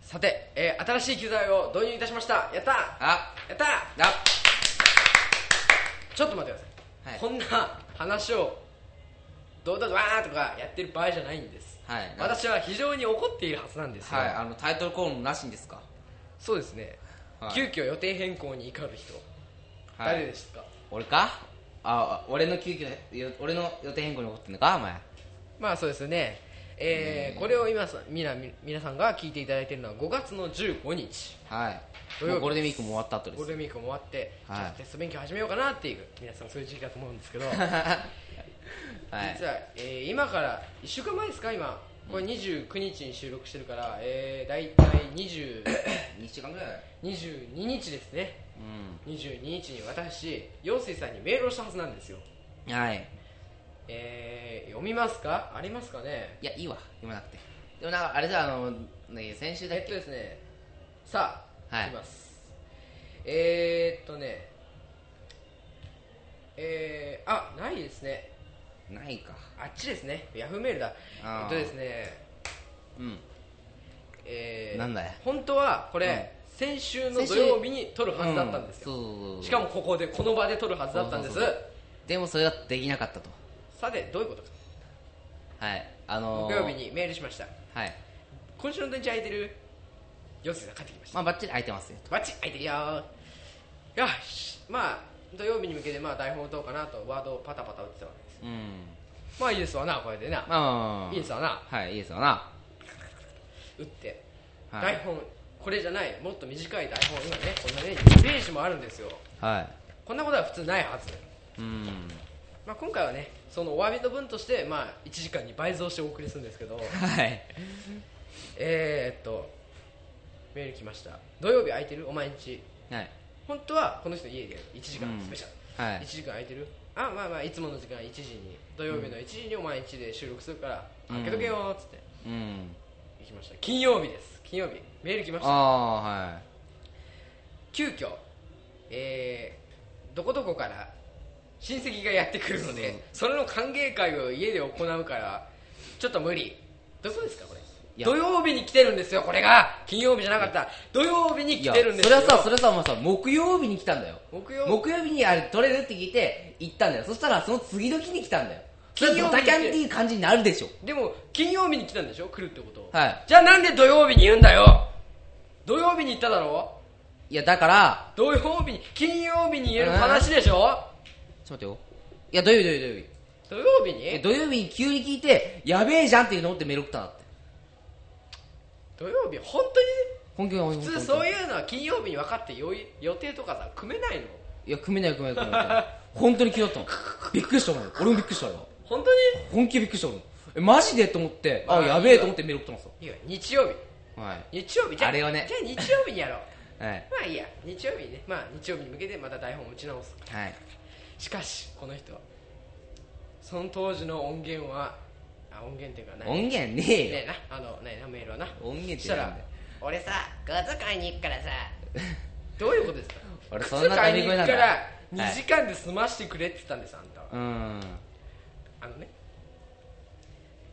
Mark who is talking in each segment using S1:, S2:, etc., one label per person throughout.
S1: さて、えー新しい機材を導入いたしましたやったー
S2: あ
S1: やったー
S2: あ
S1: ちょっと待ってください、
S2: はい
S1: こんな話をどうだわーとかやってる場合じゃないんです、
S2: はい
S1: 私は非常に怒っているはずなんですよ、
S2: はいあのタイトルコールもなしんですか
S1: そうですね、
S2: はい
S1: 急遽予定変更に怒る人、
S2: はい
S1: 誰でしたか
S2: 俺かあ俺の急遽よ俺の予定変更に怒ってんのかお前
S1: まあそうですね、えーこれを今さ皆皆さんが聞いていただいているのは5月の15日
S2: はい
S1: 土曜日
S2: もうゴールデンウィークも終わった後
S1: ゴ
S2: で
S1: ール
S2: す
S1: デンウィークも終わって、
S2: はい
S1: ちょっとテスト勉強始めようかなっていう皆さんそういう時期だと思うんですけど
S2: はい
S1: 実は、えー今から1週間前ですか今これ29日に収録してるから、えー、大体20
S2: 2週間ぐらい
S1: 22日ですね
S2: う
S1: 22日に私陽水さんにメールをしたはずなんですよ
S2: んはい
S1: えー、読みますかありますかね
S2: いやいいわ読まなくてでもなんかあれじゃあの、ね、先週だ
S1: え
S2: っ
S1: っと
S2: け
S1: ですねさあ、
S2: はい
S1: いきますえー、っとねえー、あないですね
S2: ないか
S1: あっちですねヤフーメールだ
S2: あー
S1: えっとですね
S2: うん
S1: えー、
S2: なんだい
S1: 本当はこれ、先週の土曜日に撮るはずだったんですよ、
S2: よ
S1: しかもここでこの場で撮るはずだったんです
S2: そうそうでもそれができなかったと
S1: さてどういうことか
S2: はいあの
S1: 木
S2: ー
S1: 曜日にメールしました
S2: はい
S1: 今週の土日空いてる陽水さん帰ってきました
S2: まあバッチリ空いてますよ
S1: バッチリ空いてるよーよしまあ土曜日に向けてまあ台本打とうかなとワードをパタパタ打ってたわけです
S2: うん
S1: まあいいですわなこれでな、
S2: まあまあまあまあ
S1: いいですわな
S2: はいいいですよな
S1: 打って、
S2: はい
S1: 台本これじゃないもっと短い台本今ねこんなね2ページもあるんですよ
S2: は
S1: こんなことは普通ないはず、
S2: いうん
S1: まあ、今回はねそのお詫びの分としてまあ1時間に倍増してお送りするんですけ ど
S2: はい
S1: えーっとメール来ました土曜日空いてるお前んち
S2: はい
S1: 本当はこの人家で1時間
S2: うん
S1: スペシャル、
S2: はい
S1: 1時間空いてるあまあまあいつもの時間1時に土曜日の1時にお前1時で収録するから
S2: うん
S1: 開けとけよーっつって
S2: うん
S1: 行きました金曜日です金曜日メール来まし
S2: あ
S1: た
S2: あは
S1: 急遽えー、どこどこから親戚がやってくるのでそれの歓迎会を家で行うからちょっと無理どこですかこれ
S2: いや
S1: 土曜日に来てるんですよこれが金曜日じゃなかった土曜日
S2: い
S1: に
S2: い
S1: 来
S2: や
S1: てるんです
S2: そ
S1: よ
S2: れはさそれはさお前さ木曜日に来たんだよ
S1: 木曜
S2: 木曜日にあれ取れるって聞いて行ったんだよそしたらその次の日に来たんだよそ
S1: 金曜日
S2: れドタキャンっていう感じになるでしょ
S1: でも金曜日に来たんでしょ来るってこと
S2: はい
S1: じゃあなんで土曜日に言うんだよ土曜日に行っただろ
S2: いやだから
S1: 土曜日に金曜日に言える話でしょ
S2: ちょっと待ってよいや土曜日土曜日土曜日
S1: 土曜日
S2: え
S1: に
S2: 土曜日に急に聞いてやべえじゃんっていうの思ってメール送ったんだって
S1: 土曜日本
S2: 本気は
S1: 当に普通そう
S2: いう
S1: いうのは金曜日に分かってよい予定とかさ組めないの
S2: いや組めない組めない組めない本当に急だったのびっくりした俺俺もびっくりしたよ
S1: 本当に
S2: 本気でびっくりした俺もえマジでと思ってあ
S1: まあ
S2: やべえと思ってメール送ったんですよ
S1: いいよ日曜日
S2: はい
S1: 日曜日じゃ
S2: あれはね
S1: じゃあ日曜日にやろう
S2: はい
S1: まあいいや日曜日にねまあ日曜日に向けてまた台本を打ち直す
S2: はい
S1: しかしこの人はその当時の音源はあ音源っていうか何
S2: 音源ねえよ
S1: ねえなあのねえなメールはな
S2: 音源っ
S1: してた
S2: なん
S1: ら
S2: だよ
S1: 俺さガー買いに行くからさ どういうことですか
S2: 俺そんな
S1: 靴買
S2: 旅
S1: い
S2: 食
S1: に
S2: い
S1: 行
S2: なん
S1: くか
S2: だ
S1: ら
S2: は
S1: 2
S2: い
S1: 時間で済ましてくれって言ったんですあんたは
S2: うん
S1: あのね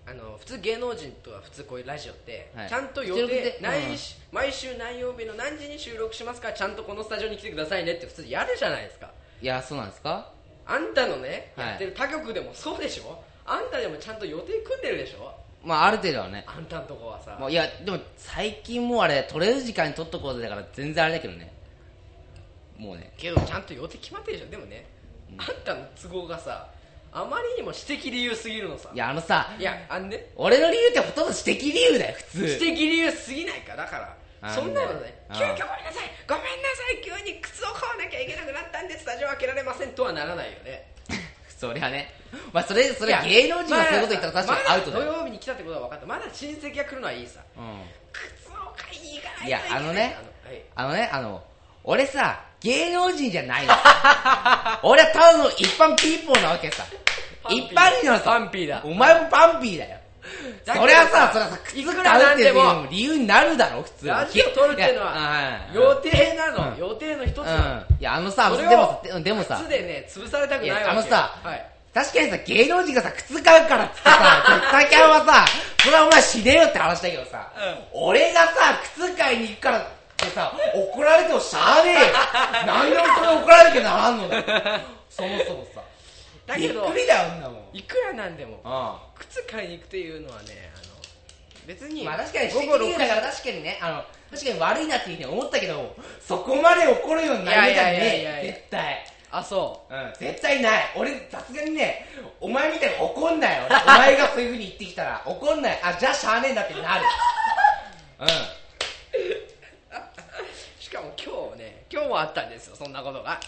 S1: あの普通芸能人とは普通こういうラジオって、
S2: はい
S1: ちゃんと予
S2: 収録で
S1: 定ない
S2: うん
S1: し毎週何曜日の何時に収録しますからちゃんとこのスタジオに来てくださいねって普通やるじゃないですか
S2: いやそうなんですか
S1: あんたのね、
S2: はい
S1: やってる他局でもそうでしょあんたでもちゃんと予定組んでるでしょ
S2: まあある程度はね
S1: あんたんとこはさ
S2: まあいやでも最近もうあれ取れる時間に取っとこうぜだから全然あれだけどねもうね
S1: けどちゃんと予定決まってるじゃんでもね、あんたの都合がさあまりにも私的理由すぎるのさ
S2: いやあのさ
S1: いやあんね
S2: 俺の理由ってほとんど私的理由だよ普
S1: 私
S2: 通
S1: 的理由すぎないかだから
S2: あん
S1: そ
S2: ね
S1: んなのね
S2: あ
S1: 急遽ごめんなさいごめんなさい急に靴を買わなきゃいけなくなったんでスタジオ開けられませんとはならないよね
S2: そりゃねまあそれそれ芸能人がそういうこと言ったら確かにアウトだ
S1: だ
S2: よ、
S1: 土曜日に来たってことは分かったまだ親戚が来るのはいいさ
S2: うん
S1: 靴を買いに行かないと
S2: いやあのね
S1: あのはい
S2: あのね、あの、俺さ、芸能人じゃないの。俺はただの一般ピーポーなわけさ。
S1: パンピ
S2: 一
S1: ー
S2: 般人のさ、
S1: パンピーだ
S2: お前もパンピーだよ。
S1: だけどさ
S2: そりゃさ、そりゃさ、靴
S1: いくら
S2: 買う
S1: な
S2: っ
S1: ん
S2: てい
S1: で
S2: う
S1: も
S2: のも理由になるだろ、普通。
S1: ラジオ撮るっていうのは予定なの、
S2: うん
S1: 予定の一つ
S2: い
S1: なの、
S2: やうん。いや、あのさ、
S1: それを
S2: でもさ、でもさ
S1: 靴、でね潰されたくないわ
S2: い
S1: け
S2: やあのさ
S1: はい、
S2: 確かにさ、芸能人がさ、靴買うからっつってさ、ドタキャンはさ、それはお前死ねよって話だけどさ、
S1: うん
S2: 俺がさ、靴買会に行くからってさ、怒られてもしゃ あねえよ。なんでもそれ怒られなきゃならんのだよ。そもそもさ。
S1: だ
S2: び
S1: け
S2: っ
S1: ど
S2: くりだよ、んなもん。
S1: いくらなんでも
S2: あ
S1: 靴買いに行くというのはねあの別に
S2: まあ確かに、
S1: 午
S2: 午
S1: 後
S2: 後
S1: 6
S2: 6
S1: 時
S2: だから確かにね、あの、確かに悪いなっていうふうに思ったけど、そこまで怒るようになりた
S1: いや
S2: い
S1: いやいやいや
S2: ね、絶対。
S1: あそ
S2: うん、絶対ない。俺、さすがにね、お前みたいに怒んないよ。お前がそういうふうに言ってきたら、 怒んない。あ、じゃあしゃあねえんだってなる。うん。
S1: うしかも今日ね今日もあったんですよそんなことが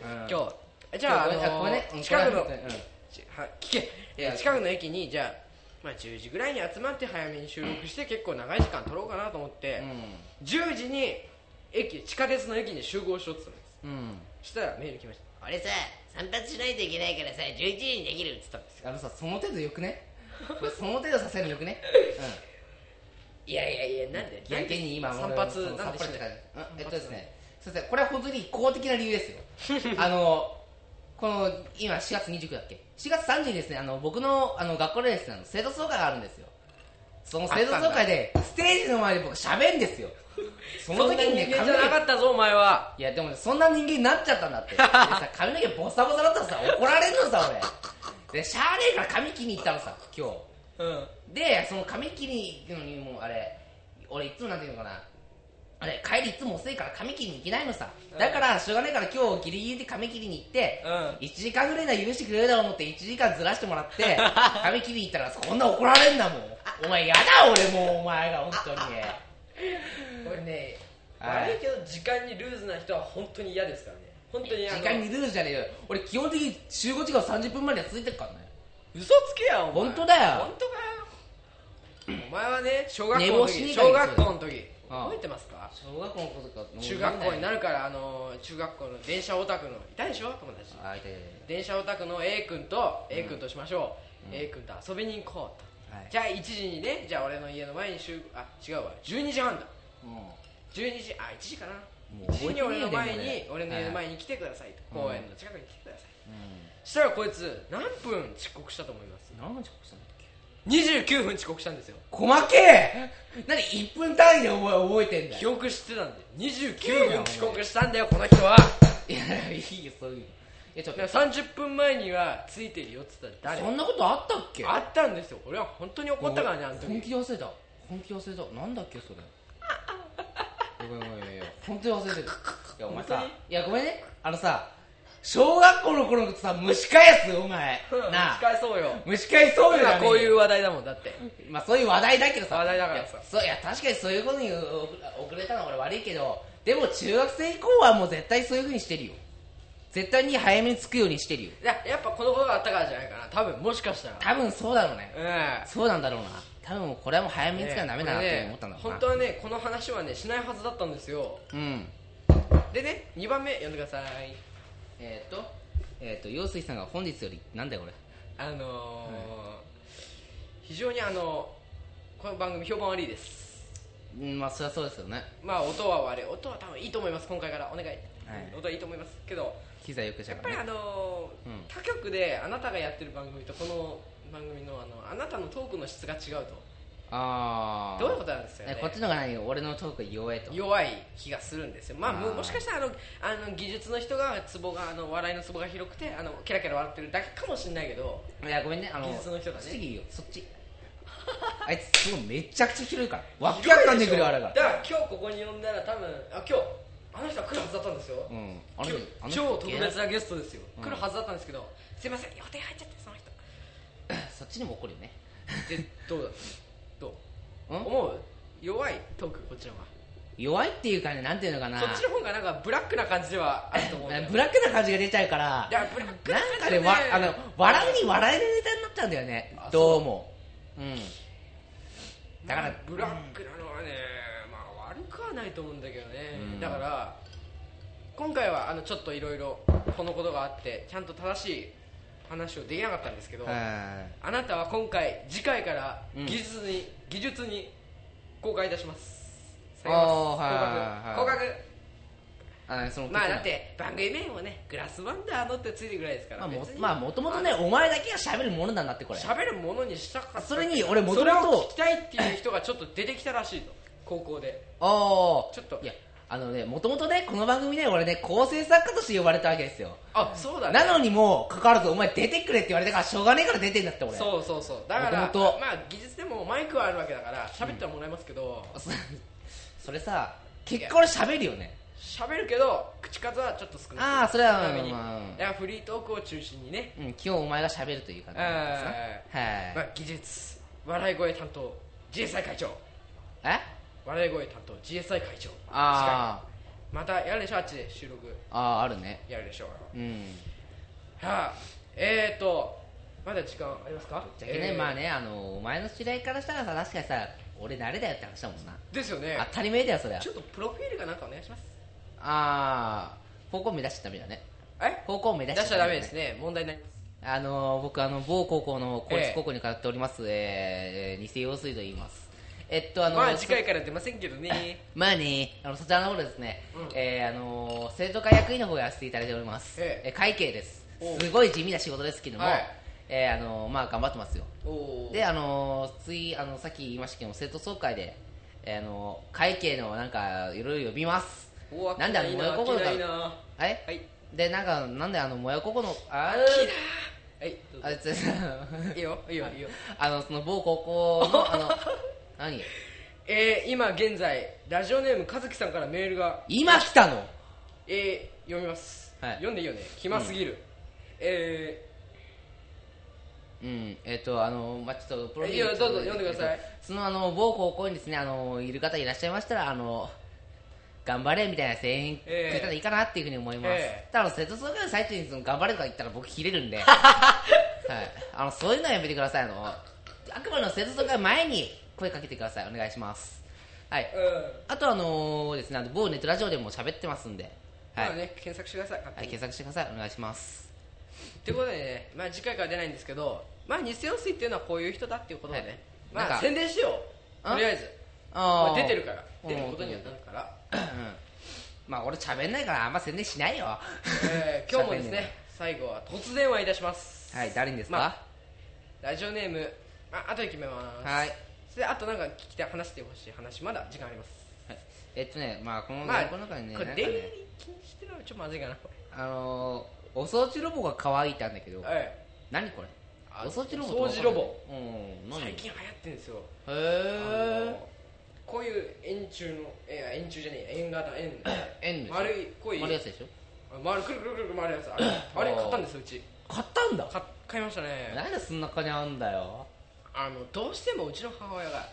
S2: うん
S1: 今日じゃあ、あ
S2: ごめん
S1: の
S2: ごめんねうん
S1: 近くの、
S2: ごめんね
S1: ちは聞け
S2: いや
S1: 近くの駅にじゃあ、まあ、10時ぐらいに集まって早めに収録して、結構長い時間取ろうかなと思って、10時に駅地下鉄の駅に集合しようって言ったんです
S2: うん。うん。
S1: そしたらメール来ました俺さ散髪しないといけないからさ11時にできるって言ったんですよ
S2: あのさ、その程度よくね その程度させるのよく ね
S1: いやいやいやなんで
S2: うん。やけに今、
S1: 散
S2: 俺は
S1: 髪
S2: その
S1: なんでした
S2: さっぱりって
S1: っ
S2: 感じ。うんえっとですね、すいません、これは本当に公的な理由です よ。あの、この、今4月29だっけ ?4 月30にですね、あの、僕の、あの、学校でですね、あの生徒総会があるんですよ。その生徒総会で、ステージの前で僕喋るんですよ。
S1: そ
S2: その
S1: の
S2: 時
S1: 時
S2: に
S1: に
S2: ね、
S1: ねじゃ
S2: 髪の毛
S1: なかったぞお前はい
S2: やでもねそんな人間になっちゃったん だってでさ髪の毛ボサボサだったらさ怒られるのさ俺でしゃあねえから髪切りに行ったのさ今
S1: うん
S2: 日でその髪切りに行くのにもうあれ俺いつもなんていうのかなあれ帰りいつも遅いから髪切りに行けないのさだからしょうがないから今日ギリギリで髪切りに行って、
S1: う
S2: 1時間ぐらいなら許してくれるだろうと思って1時間ずらしてもらって 髪切りに行ったらこんな怒られんだもんお前やだ俺もうお前が本当に
S1: これね
S2: はい
S1: 悪いけど時間にルーズな人は本当に嫌ですからね本当にあの
S2: 時間にルールじゃねえよ俺基本的に集合時間30分までは続いてるからね
S1: 嘘つけやお前
S2: 本当だよ
S1: 本当かよお前はね小学校
S2: 寝
S1: の
S2: 坊しね
S1: 時
S2: えから
S1: 小学校の時
S2: ああ
S1: 覚えてますか
S2: 小学校の子とか
S1: 中学校にな
S2: る
S1: るからあの中学校の電車オタクのいたでしょ友達
S2: あいたいたい
S1: 電車オタクの A 君と A 君としましょう、A 君と遊びに行こうと、
S2: たはい
S1: じゃあ1時にねじゃあ俺の家の前に集あ違うわ12時半だ
S2: も
S1: 12時あ1時かな
S2: もう
S1: 1時に俺の前
S2: 覚え
S1: に
S2: てねえよ
S1: 俺の家の
S2: はい
S1: 前に来てくださいと
S2: うん
S1: 公園の近くに来てください、
S2: う、う
S1: そしたらこいつ何分遅刻したと思います
S2: ん、何の遅刻したんだっけ
S1: 29分遅刻したんですよ
S2: 細けえ何1分単位で覚え覚えてんだ
S1: 記
S2: よ
S1: 憶してたんで
S2: え
S1: 29
S2: よ
S1: 分遅刻したんだよこの人 はい
S2: や いいよそういうのいやちょっと
S1: 30分前にはついてるよって言ったら
S2: そ
S1: 誰
S2: んなことあったっけ
S1: あったんですよ俺は本当に怒ったからねあの
S2: 本
S1: 時
S2: 気で忘れた本気で忘れたなんだっけ それごめんごめんいやいや本当に忘 れてるいやお前
S1: 本
S2: さ
S1: 当に
S2: いやごめんねあのさ小学校の頃のことさ蒸し返すお 前
S1: うん
S2: なあ
S1: 使えそうよ
S2: 蒸し返そうよじゃ
S1: 今
S2: ねえよ
S1: こういう話題だもんだって
S2: まあそういう話題だけどさ
S1: 話題だからさ
S2: いやそういや確かにそういうことにお遅れたのは俺悪いけどでも中学生以降はもう絶対そういうふうにしてるよ絶対に早めに着くようにしてるよ
S1: いややっぱこのことがあったからじゃないかな多分もしかしたら
S2: 多分そうだろうね
S1: え
S2: そうなんだろうな多分もうこれはもう早
S1: え
S2: めに着かなダメだなって思ったんだろうな、
S1: ね本当はねこの話はねしないはずだったんですよ
S2: うん
S1: でね2番目読んでください
S2: えっ、と、えっ、と、陽水さんが本日より、なんだよこれ。
S1: あのー非常にあのこの番組評判悪いです
S2: うん、まあ、そりゃそうですよね。
S1: まあ音は悪い音は多分いいと思います今回からお願い、
S2: い
S1: 音はいいと思いますけど
S2: 機材よくじゃ
S1: やっ
S2: か
S1: ぱり
S2: ら
S1: あ
S2: ね。
S1: のー
S2: うん
S1: 他局であなたがやってる番組とこの番組のあのあなたのトークの質が違う
S2: あ
S1: と
S2: あ。
S1: どういうことなんですよ
S2: え
S1: ね
S2: こっちのが何俺のトーク弱いと。
S1: 弱い気がするんですよ、まあ、も
S2: あー
S1: もしかしたらあのあの技術の人がツボがあの笑いのツボが広くてあのキラキラ笑ってるだけかもしれないけど
S2: いや、ごめんね、あの、
S1: 技術の人だね
S2: 次いいよ、そっ ち。あいつ、すごいめちゃくちゃ広いから。わけわかんねえぐらいある
S1: だ
S2: か。
S1: からら今日ここに呼んだら多分あ今日あの人は来るはずだったんですよ、
S2: うん。あの
S1: 今
S2: 人
S1: 日、
S2: あの人
S1: 超特別
S2: だ。
S1: なゲストですよ、
S2: うん
S1: 来るはずだったんですけどすいません予定入っちゃって その人
S2: そっちにも怒るよね。
S1: でどうだど
S2: う
S1: うん思う弱いトークこっちの方
S2: 弱いっていうかね、なんていうのかな。
S1: がこっちの方がなんかブラックな感じではあると思うんだよ
S2: ブラックな感じが出ちゃうから
S1: い、やブラックな
S2: なん
S1: 感
S2: か
S1: じ
S2: ね、
S1: で
S2: わあの笑うに笑えるネタになっちゃうんだよね
S1: あ。そう
S2: どうも。うん。だから
S1: ブラックなのはね、まあ、悪くはないと思うんだけどね、
S2: うん
S1: だから今回はあのちょっといろいろこのことがあってちゃんと正しい話をできなかったんですけど、
S2: はい。
S1: あなたは今回次回から
S2: うん
S1: 技術に、技術に公開いたしますさよう
S2: おー
S1: なら
S2: はい
S1: 合格合
S2: はい
S1: 格
S2: あその
S1: まあだって番組名もねグラスバンダーのってついてるぐらいですか
S2: ま
S1: ら
S2: あも
S1: 別に
S2: まあもともとねお前だけが喋るものなんだってこれ
S1: 喋るものにしたかった
S2: それに俺
S1: も
S2: 元
S1: それ
S2: 々
S1: を聞きたいっていう人がちょっと出てきたらしいと高校で
S2: おー
S1: ちょっと
S2: いやあのねもともとねこの番組ね俺ね構成作家として呼ばれたわけですよ
S1: あそうだね
S2: なのにもかかわらずお前出てくれって言われたからしょうがねえから出てんだって俺
S1: そうそうそうだから
S2: 元々
S1: まあ技術でもマイクはあるわけだから喋ってはもらえますけど
S2: そ それさ結果俺喋るよね
S1: 喋、るけど口数はちょっと少ない
S2: ああそれは
S1: 少なめに
S2: まあまあ
S1: だからフリートークを中心にね、
S2: うん今日お前が喋るという感じなんですか
S1: ま
S2: はい
S1: あ、技術笑い声担当 GSI 会長
S2: え
S1: 笑い声担当 GSI 会長
S2: あー
S1: 近いまたやるでしょあっちで収録
S2: あーあるね
S1: やるでしょう
S2: うん
S1: はあえーとまだ時間ありますか
S2: じゃけね、
S1: えー
S2: まあねあのお前の知り合いからしたらさ確かにさ俺慣れだよって話だもんな
S1: ですよね
S2: 当たり前だよそれは
S1: ちょっとプロフィールかなんかお願いします
S2: ああ高校目指しちゃダメだね
S1: え
S2: 高校目
S1: 出
S2: 指
S1: し
S2: しち
S1: ちゃ
S2: ゃ
S1: ダ
S2: ダ
S1: メ
S2: メ
S1: で
S2: ですすね
S1: ね問題になります
S2: あの僕あの某高校の公立高校に通っております、えー、偽用水と言いますえっとあの、
S1: まあ次回から出ませんけどね
S2: まあね、あのそちらの方でですね、
S1: うん
S2: えーあのー生徒会役員の方をやらせていただいております、
S1: ええ
S2: ー会計です
S1: おう
S2: すごい地味な仕事ですけども、
S1: はい
S2: えーあのーまあ、頑張ってますよ
S1: おお
S2: で、あのーついあのさっき言いましたけども生徒総会で、えーあのー会計のなんかいろいろ呼びます
S1: お
S2: なんであの
S1: 嫌いな
S2: 親心だ
S1: 嫌いなは
S2: はい
S1: い
S2: でなんかなんであのもやここのあ
S1: はいどう
S2: ー
S1: ぞ
S2: あいつ
S1: いいよいいよいいよ
S2: あのその某高校の あの何
S1: えー、今現在ラジオネームかずきさんからメールが、
S2: 今来たの
S1: えー、読みます、
S2: はい
S1: 読んでいいよね暇すぎる、え
S2: うん、えっ、と、あの、まあ、ちょっと、プ
S1: いいよ
S2: ちょっと
S1: どうぞ読んでください
S2: えっとその、あの、某高校にですね、あの、いる方いらっしゃいましたら、あの。頑張れみたいな声援く
S1: ええ
S2: れたらいいかなっていうふうに思います。
S1: ええ
S2: ただ、瀬戸総会の最中に、その、頑張れとか言ったら、僕切れ るんで。はい、あの、そういうのはやめてください。あの、あくまでも瀬戸総会前に、声かけてください。お願いします。はい
S1: ー、。うん
S2: あと、あのですね、あの某ネットラジオでも喋ってますんで。
S1: ま
S2: はい。
S1: あね検索してください勝
S2: は
S1: 手
S2: い、
S1: に
S2: 検索してください。お願いします。
S1: ということでね、まあ、次回から出ないんですけど、まあ、偽陽水っていうのはこういう人だっていうことでね、
S2: はい
S1: ま
S2: なん
S1: あ、
S2: か
S1: 宣伝してよ、
S2: あ
S1: とりあえず、
S2: あ
S1: まあ
S2: ー
S1: 出てるから、
S2: うん
S1: 出ることにはなるから、
S2: うんまあ俺喋んないからあんま宣伝し ないよ
S1: えー今日もです
S2: 喋ん
S1: ね、最後は突然はいたします、
S2: はい誰にです
S1: ま
S2: か
S1: あ、ラジオネーム、あ後で決めます、
S2: はい
S1: それあとなんか聞きたい、話してほしい話、まだ時間あります、
S2: えっとねまあこの
S1: まあ、
S2: この中にね
S1: これ、
S2: なん
S1: 出
S2: か
S1: 入り
S2: ね
S1: 禁止ってのはちょっとまずいかな、こ
S2: あのーお掃除ロボが可愛いってあるんだけど
S1: れ、はい
S2: 何これ
S1: あ
S2: お掃除ロボ
S1: 掃除ロボ
S2: うん何
S1: 最
S2: へ
S1: 近流行ってるんですよ。あ
S2: え
S1: のこういう円柱の、えー円柱じゃねえ円型円
S2: 円でしょ
S1: 丸いこういう
S2: 丸いやつでしょ
S1: あ丸くるくるくるくる回るやつあれあれ買ったんですようち
S2: 買ったんだ
S1: 買買いましたね
S2: なんでそんな金あんだよ
S1: あのどうしてもうちの母親が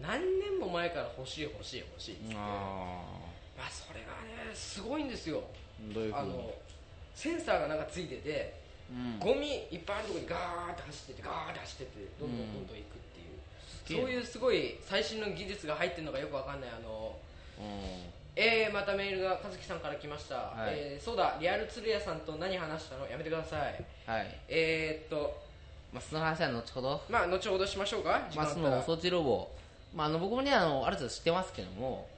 S1: 何年も前から欲しい欲しい欲しいっつってま
S2: あ
S1: あそれがねすごいんですよ
S2: どういうふ
S1: あ
S2: うに
S1: のセンサーがなんかついてて
S2: うん
S1: ゴミいっぱいあるとこにガーッて走ってってガーッて走ってってどんど
S2: うんん
S1: どんどん行くっていう、
S2: げえ
S1: そういうすごい最新の技術が入ってるのかよくわかんないあの
S2: うん
S1: えー、またメールが和樹さんから来ました、
S2: はい
S1: えーそうだリアル鶴屋さんと何話したのやめてください
S2: はい
S1: えー、っと
S2: まあその話は後ほど
S1: まあ後ほどしましょうか時間
S2: まあ、
S1: あっ
S2: そ
S1: た
S2: の
S1: ら
S2: お掃除ロボ、まあ、あの僕もねあのある程度知ってますけども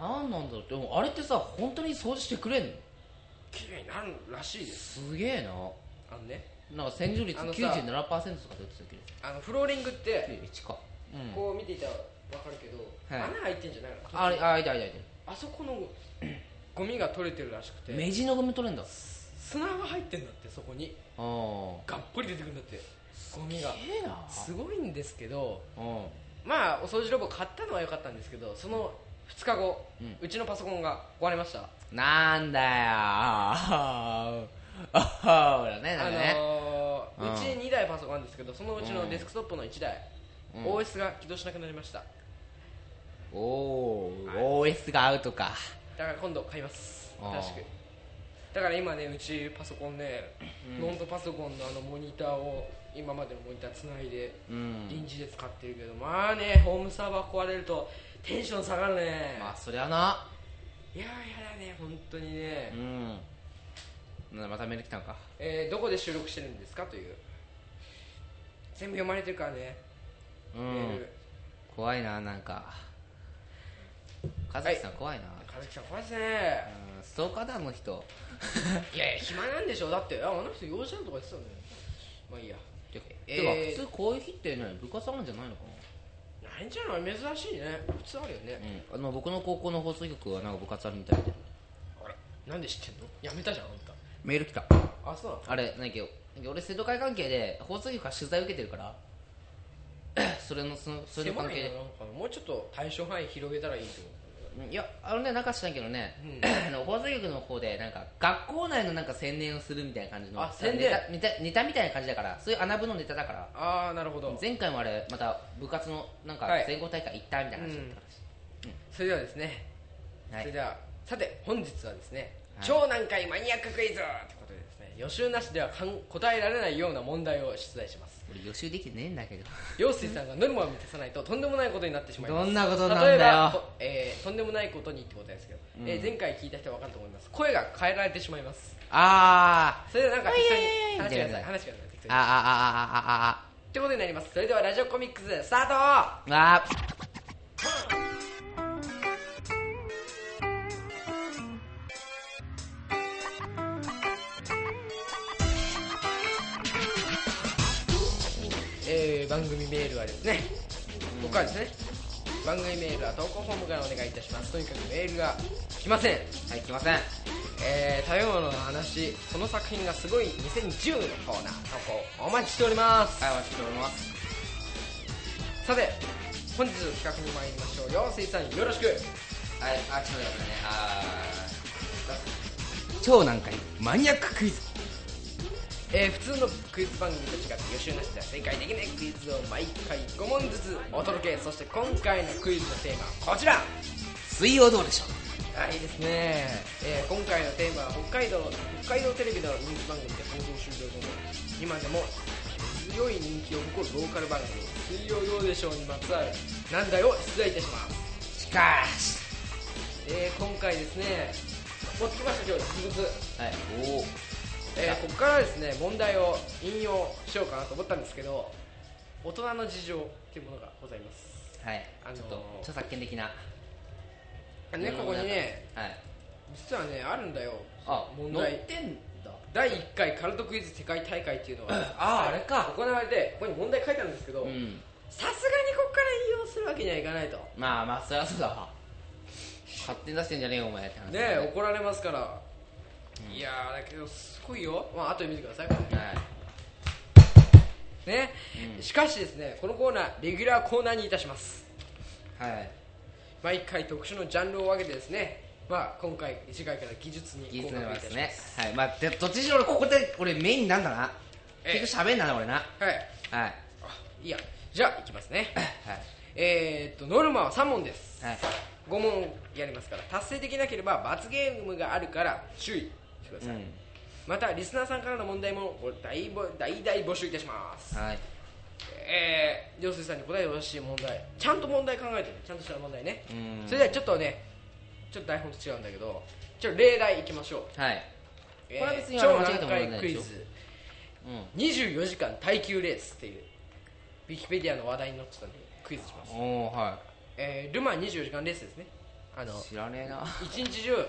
S2: なんなんだろうでもあれってさ本当に掃除してくれんの
S1: 綺麗になるらしいです
S2: すげえ
S1: あのね
S2: ななんか洗浄率
S1: あの
S2: 97%
S1: さ
S2: とか出てたけど
S1: あのフローリングって
S2: 91か、うん、
S1: こう見ていたら分かるけど、
S2: はい
S1: 穴開いてんじゃないの
S2: あれあいたいたい
S1: あそこのゴミが取れてるらしく
S2: た
S1: て
S2: 目地のゴミ取れんだあ
S1: 砂が入ってんだってそこに
S2: あー
S1: がっぽり出てくるんだってゴミが
S2: すげえな
S1: すごいんですけど
S2: うん
S1: まあお掃除ロボ買ったのは良かったんですけどその2日後、う
S2: うん
S1: ちのパソコンが壊れました
S2: なんだよあーあ ほらねな
S1: あ
S2: んかね、
S1: のーうち
S2: うん
S1: 2台パソコンあるんですけどそのうちのデスクトップの1台、
S2: うん
S1: OS が起動しなくなりました
S2: おお OS が合うとか
S1: だから今度買います
S2: あー
S1: 新しくだから今ねうちパソコンね、ノートパソコンのあのモニターを今までのモニターつないで
S2: うん
S1: 臨時で使ってるけど、まあねホームサーバー壊れるとテンション下がるね、
S2: まあそりゃない
S1: やーやだね本当にね、
S2: うんなまたメール来たのか
S1: えーどこで収録してるんですかという全部読まれてるからね、
S2: う
S1: メー
S2: ん
S1: ル
S2: 怖いななんか和樹さん怖いな、
S1: 和樹さん怖いですね
S2: うんストーカーだあの 人
S1: いやいや暇なんでしょだってああの人用事あるとか言ってたんだよまあいいや
S2: てか、
S1: えー
S2: てか普通こういう日ってね部活あるんじゃないのか
S1: なないんじゃない珍しいね普通あるよね
S2: うん、あの僕の高校の放送局はなんか部活あるみたいで
S1: あらなんで知ってんのやめたじゃんあん
S2: メール来た
S1: たあそうなの
S2: あれなんだっけなんか俺瀬戸会関係で放送局から取材受けてるから それのそのそれの
S1: 狭
S2: 関係
S1: いな
S2: で
S1: なんかもうちょっと対象範囲広げたらいいと思
S2: いやあのねなんか知らんけどね、 あの放送局の方でなんか学校内のなんか宣伝をするみたいな感じの
S1: あ宣伝
S2: ネタネタネタみたいな感じだからそういう穴部のネタだから
S1: うああなるほど
S2: 前回もあれまた部活のなんか
S1: はい
S2: 全国大会行ったみたいな話だったからし
S1: それではですね、
S2: はい
S1: それではさて本日はですね、
S2: はい
S1: 超難解マニアッククイズということでですね予習なしではかん答えられないような問題を出題し ます
S2: 俺予習できてねえんだけど
S1: 陽水さんがノルマを満たさないととんでもないことになってしまいます
S2: どんなことなんだよ
S1: 例えば、とえーとんでもないことにってことですけど、えー前回聞いた人は分かると思います声が変えられてしまいます
S2: あー
S1: それではなんか適当に
S2: おいおいおい
S1: 話してくださ
S2: みたい
S1: い
S2: な
S1: 話してください適当に
S2: あああ
S1: ってことになりますそれではラジオコミックススタート
S2: ああああああ
S1: えー番組メールはですね、ここからですね、番組メールは投稿フォームからお願いいたします。とにかくメールが来ません。
S2: はい来ません
S1: えー、食べ物の話、その作品がすごい2010のコーナー、投稿お待ちしております。
S2: はい、私と思います。
S1: さて、本日の企画に参りましょう。よ水さん、よろしく。
S2: はい、あ、ちょっと待ってね。あー超難解マニアッククイズ。
S1: えー、普通のクイズ番組と違って予習なしでは正解できないクイズを毎回5問ずつお届けそして今回のクイズのテーマはこちら
S2: 水曜どうでしょ
S1: あいいですね、えー今回のテーマは北海道北海道テレビの人気番組で放送終了後も今でも強い人気を誇るローカル番組「水曜どうでしょう」にまつわる難題を出題いたします、
S2: う。しかし。
S1: えー今回ですね持ってきました今日実物、
S2: はい。おお。
S1: えーここからですね問題を引用しようかなと思ったんですけど大人の事情っていうものがございます
S2: はい。
S1: あのー
S2: ちょっと著作権的な。
S1: あのねここにね
S2: はい。
S1: 実はねあるんだよ
S2: あ、
S1: 問
S2: 載
S1: 題
S2: ってんだ。
S1: 第1回カルトクイズ世界大会っていうのが
S2: あーあれか
S1: 行われてここに問題書いてあるんですけどさす
S2: う
S1: がにこ
S2: ん。
S1: こから引用するわけにはいかないとね
S2: まあまあそりゃそうだわ。勝手に出してんじゃねえよお前って話。
S1: え怒られますから、いやーだけどすごいよまあ後で見てくださいこれ
S2: はい。
S1: ね、しかしですねこのコーナーレギュラーコーナーにいたします
S2: はい。
S1: 毎回特殊のジャンルを分けてですねまあ今回次回から技術に
S2: 技術
S1: 降
S2: になり
S1: 格
S2: ま
S1: いた
S2: す
S1: し
S2: ね。はい。まあでどっちにしろ俺ここで俺メインになんだな。
S1: ええ
S2: 結局喋んだな俺な。
S1: はい
S2: はい。
S1: あいいやじゃあいきますね
S2: はい。
S1: えーっとノルマは3問です
S2: はい。
S1: 5問やりますから達成できなければ罰ゲームがあるから注意してくだ
S2: う
S1: さい、
S2: ん。
S1: またリスナーさんからの問題も大募大大募集いたします
S2: はい。
S1: えー、涼水さんに答えてほしい問題ちゃんと問題考えてねちゃんとした問題ね
S2: うん
S1: それではちょっとねちょっと台本と違うんだけどちょっと例題いきましょう、
S2: はい。
S1: えー
S2: これは別に
S1: 超
S2: 間違え
S1: 難
S2: た問題な
S1: 解ク
S2: いで
S1: イ
S2: しょ
S1: ズ
S2: うん。
S1: 24時間耐久レースっていうウィキペディアの話題に載ってたんでクイズします、
S2: おおは
S1: えー、ルマン24時間レースですねあの
S2: い知らねえな
S1: 一日中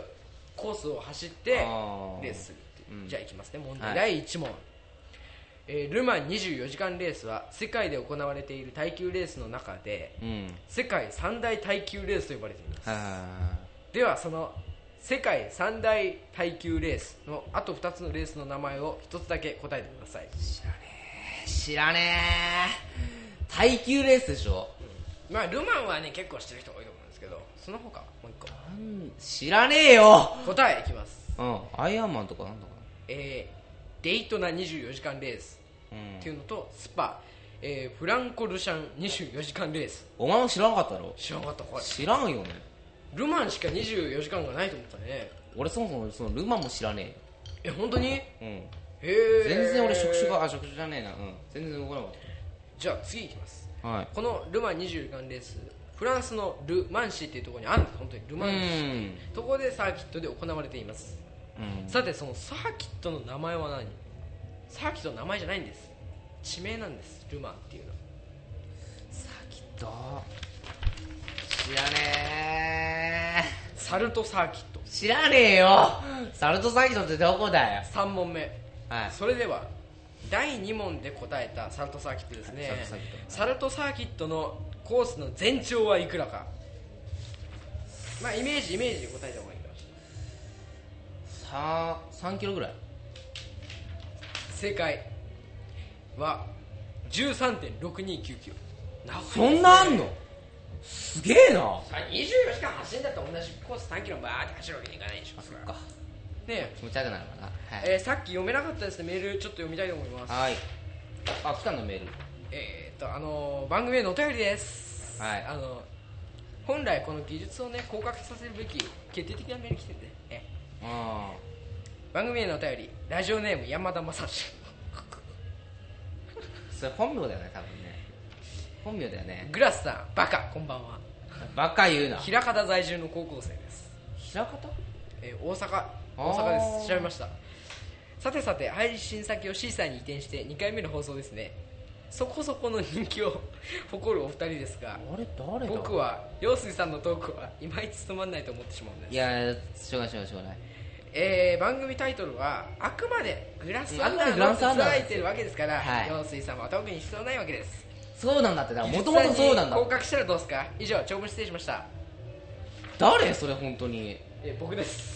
S1: コースを走ってレ
S2: あー
S1: ースするっていう
S2: うん
S1: じゃあいきますね問題
S2: はい
S1: 第1問、えール・マン24時間レースは世界で行われている耐久レースの中で
S2: うん
S1: 世界三大耐久レースと呼ばれています
S2: は
S1: ではその世界三大耐久レースのあと2つのレースの名前を1つだけ答えてください
S2: い知らねえ知らねえ耐久レースでしょ
S1: まあル・マンはね結構知ってる人多いと思うんですけどその他もう1
S2: なん知らねえよ
S1: 個答えいきます
S2: うんアイアンマンとかなんだか
S1: えーデイトナ24時間レース
S2: なう
S1: って
S2: ん
S1: いうのとスパ、えーフランコ・ルシャン24時間レース
S2: お前も知らなかったろ
S1: 知らなかったこれ
S2: 知らんよね
S1: ルマンしか24時間がないと思ったね
S2: 俺そもそもそのルマンも知らね
S1: え本当にへ
S2: えよ
S1: え
S2: うん全然俺職種があ職種じゃねえなうん全然動かなかっ
S1: じゃあ次いきます
S2: たはい
S1: このルマン24時間レースフランスのル・マンシーっていうところにあるんです本当にル・
S2: う
S1: マンシー
S2: ん
S1: そこでサーキットで行われています
S2: うん
S1: さてそのサーキットの名前は何サーキットの名前じゃないんです地名なんですルマンっていうのは
S2: さきっと知らねえ
S1: サルトサーキット
S2: 知らねえよサルトサイトってどこだよ
S1: 3問目
S2: はい
S1: それでは第2問で答えたサルトサーキットですね
S2: サルトサーキット
S1: サルトサーキットのコースの全長はいくらかまあイメージイメージで答えた方がいいかもしれない
S2: さ3キロぐらい
S1: 正解は13.629キロ
S2: そんなあんのすげえな
S1: さあ24時間走んだと同じコース3キロバーって走るわけにいかないでしょ
S2: あそっか
S1: ね
S2: 気持ち悪くなるかなはい、
S1: えーさっき読めなかったですねメールちょっと読みたいと思います
S2: はいあ来たのメール
S1: えーっとあのー番組へのお便りです
S2: はい
S1: あの本来この技術をね降格させるべき決定的なメール来てて、ねえ
S2: あ
S1: ー番組へのお便りラジオネーム山田正史
S2: ーそれ本名だよね多分ね本名だよね
S1: グラスさんバカこんばんは
S2: バカ言うな
S1: 枚方在住の高校生です
S2: 平方
S1: えー大阪
S2: あー
S1: 大阪です調べましたさてさて配信先をシーサーに移転して2回目の放送ですねそこそこの人気を 誇るお二人ですが
S2: あれ誰だ
S1: 僕は陽水さんのトークはいまいちつまんないと思ってしまうん
S2: い
S1: です、
S2: やしょうがないしょうがないしょうがない
S1: えー番組タイトルはあくまでグラスアンダ
S2: あくまでグラスア
S1: ーのつ
S2: ンダーなん
S1: ら
S2: ですよ
S1: いてるわけですから、
S2: はい
S1: 陽水さんは特に必要ないわけです
S2: そうなんだってだもともとそうな
S1: 技術さ
S2: んだ
S1: に降格したらどうですか以上長文失礼しました、
S2: 誰それ本当に
S1: えー僕です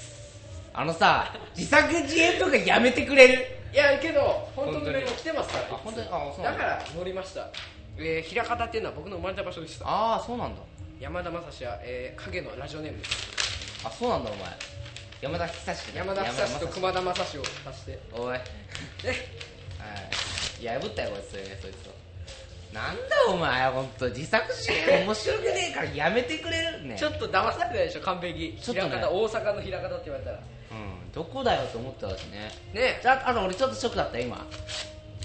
S2: あのさ自作自演とかやめてくれる
S1: いやけど本当
S2: 本
S1: の
S2: 当に
S1: メールも来てますから
S2: あ本当にあそうな
S1: だ
S2: んだ
S1: から乗りました、えー、枚方っていうのは僕の生まれた場所でした
S2: ああそうなんだ
S1: 山田正史は、えー、影のラジオネームです
S2: あそうなんだお前山田久志だ
S1: 山田久志と熊田正史を足して
S2: おいはい
S1: え
S2: 破ったよこいつそいつをなんだお前本当自作自演面白くねえからやめてくれるね
S1: ちょっと騙されてないでしょ完璧
S2: ちょっ
S1: 枚方、
S2: とね
S1: 大阪の枚方って言われたらね
S2: うんどこだよと思ってたしね
S1: え
S2: じゃああと俺ちょっとショックだったよ今